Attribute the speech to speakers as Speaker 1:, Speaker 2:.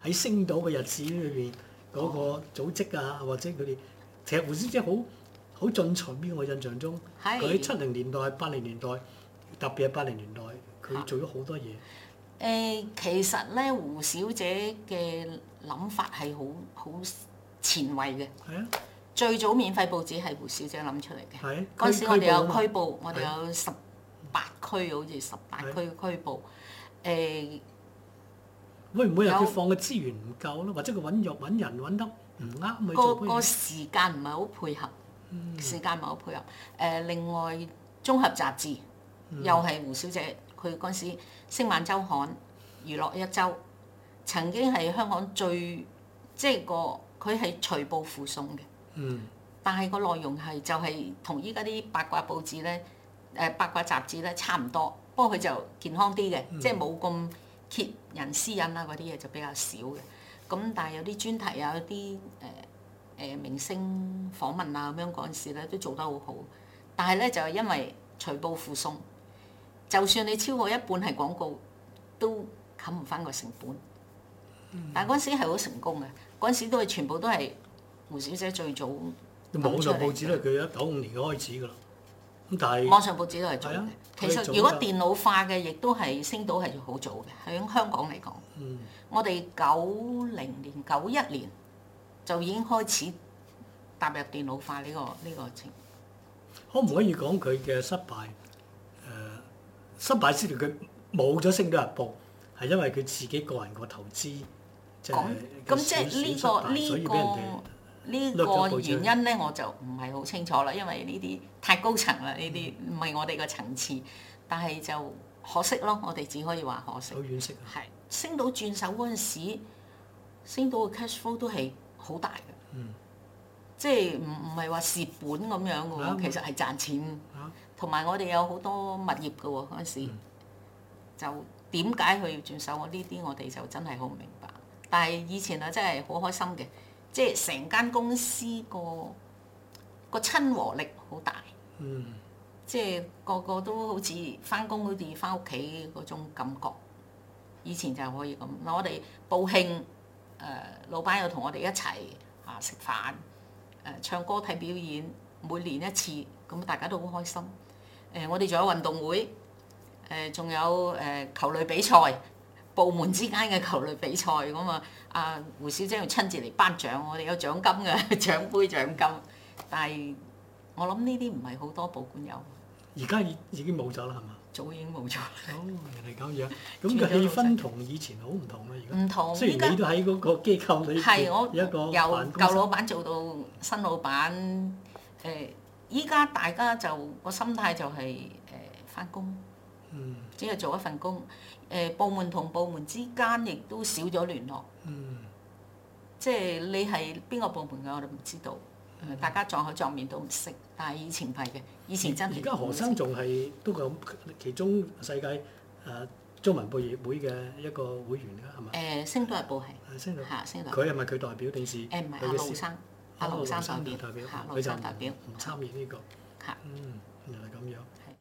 Speaker 1: 喺星島嘅日子裏邊嗰個組織啊，或者佢哋其實胡小姐好好進取於我印象中，
Speaker 2: 係
Speaker 1: 佢喺七零年代、八零年代，特別係八零年代，佢
Speaker 2: 啊
Speaker 1: 做咗好多嘢。
Speaker 2: 誒、其實咧，胡小姐嘅諗法係好好前衛嘅。
Speaker 1: 係啊，
Speaker 2: 最早免費報紙係胡小姐諗出嚟嘅。
Speaker 1: 係啊
Speaker 2: 嗰陣時我哋有
Speaker 1: 區
Speaker 2: 區報，我哋有十八區，好似十八區區報。誒、
Speaker 1: 會唔會係
Speaker 2: 有
Speaker 1: 佢放嘅資源唔夠咧，或者佢揾藥揾人嗯揾得唔啱去
Speaker 2: 個
Speaker 1: 做嗰
Speaker 2: 個
Speaker 1: 樣嘢？
Speaker 2: 時間唔係好配合，
Speaker 1: 嗯
Speaker 2: 時間唔係好配合。誒、另外綜合雜誌、
Speaker 1: 嗯
Speaker 2: 又係胡小姐，佢嗰陣時《星晚周刊》《娛樂一周》，曾經係香港最即係個佢係隨報附送嘅。
Speaker 1: 嗯
Speaker 2: 但係個內容係就係同依家啲八卦報紙咧，誒、八卦雜誌咧差唔多，不過佢就健康啲嘅，
Speaker 1: 嗯
Speaker 2: 即係冇咁揭人私隱啊嗰啲嘢就比較少嘅。咁但係有啲專題啊，有啲誒誒明星訪問啊咁樣嗰陣時咧都做得好好，但係咧就係因為隨報附送，就算你超過一半係廣告，都冚唔翻個成本。但係嗰陣時係好成功嘅，嗰陣時都係全部都係胡小姐最早。
Speaker 1: 網上報紙咧，佢一九五年開始㗎啦。咁但係
Speaker 2: 網上報紙都係早
Speaker 1: 係
Speaker 2: 嘅
Speaker 1: 啊。
Speaker 2: 其
Speaker 1: 佢係早
Speaker 2: 實如果
Speaker 1: 㗎
Speaker 2: 電腦化嘅，亦都係星島係好早嘅。喺香港嚟講，
Speaker 1: 嗯
Speaker 2: 我哋九零年、九一年就已經開始踏入電腦化呢、個呢、個情況。
Speaker 1: 可唔可以講佢嘅失敗？誒、失敗之餘佢冇咗《星島日報》，係因為佢自己個人個投資即係
Speaker 2: 咁咁即係呢
Speaker 1: 少少
Speaker 2: 個
Speaker 1: 失敗所以俾人哋
Speaker 2: 呢個呢
Speaker 1: 掠咗報
Speaker 2: 個
Speaker 1: 紙
Speaker 2: 原因咧，我就唔係好清楚啦，因為呢啲太高層啦，呢啲唔係我哋個層次。但係就可惜咯，我哋只可以話可惜
Speaker 1: 好。惋惜啊！
Speaker 2: 係升到轉手嗰陣時，升到嘅 cash flow 都係好大嘅，
Speaker 1: 嗯
Speaker 2: 即係唔唔係話蝕本咁樣嘅
Speaker 1: 啱
Speaker 2: 喎，其實係賺錢
Speaker 1: 啱。
Speaker 2: 同埋我哋有好多物業嘅喎嗰陣時，
Speaker 1: 嗯
Speaker 2: 就點解佢要轉手？我呢啲我哋就真係好唔明白。但係以前啊，真係好開心嘅，即係成間公司個個親和力好大。
Speaker 1: 嗯，
Speaker 2: 即係個個都好似翻工好似翻屋企嗰種感覺。以前就可以咁，嗱我哋報慶，誒、呃老闆又同我哋一齊啊食飯，誒、唱歌睇表演，每年一次，咁大家都好開心。誒、我哋仲有運動會，誒、仲有誒、球類比賽，部門之間嘅球類比賽咁啊，啊胡小姐要親自嚟頒獎，我哋有獎金嘅獎杯獎金，但係我諗呢啲唔係好多報館有，
Speaker 1: 而家已已經冇咗啦，係嘛？
Speaker 2: 早已經冇咗啦。
Speaker 1: 哦，原嚟咁 樣，咁個氣氛同以前好唔同啦。而
Speaker 2: 唔同
Speaker 1: 家嗯雖
Speaker 2: 嗯依
Speaker 1: 然
Speaker 2: 家
Speaker 1: 你都喺嗰個機構裏邊
Speaker 2: 係我
Speaker 1: 一個
Speaker 2: 由
Speaker 1: 辦公
Speaker 2: 舊
Speaker 1: 室
Speaker 2: 老闆做到新老闆，誒依家大家就個心態就係誒翻工，
Speaker 1: 嗯
Speaker 2: 只係做一份工。誒、部門同部門之間亦都少咗聯絡，
Speaker 1: 嗯
Speaker 2: 即係你係邊個部門嘅我哋唔知道，
Speaker 1: 嗯
Speaker 2: 誒大家撞口撞面都唔識。但係以前唔係嘅，以前真係
Speaker 1: 而家何生仲係都咁其中世界誒、呃中文報業會嘅一個會員㗎，係嘛？
Speaker 2: 誒星島日報
Speaker 1: 啊係星島
Speaker 2: 係嚇星島日報
Speaker 1: 佢係咪佢代表定是
Speaker 2: 誒唔係
Speaker 1: 嗯佢
Speaker 2: 阿
Speaker 1: 嘅
Speaker 2: 盧
Speaker 1: 先？
Speaker 2: 生，阿盧生代
Speaker 1: 代
Speaker 2: 表
Speaker 1: 表
Speaker 2: 嚇，
Speaker 1: 佢
Speaker 2: 盧
Speaker 1: 就
Speaker 2: 生代
Speaker 1: 唔
Speaker 2: 表
Speaker 1: 唔參與呢個。
Speaker 2: 嚇
Speaker 1: 嗯，原來咁樣。
Speaker 2: 係。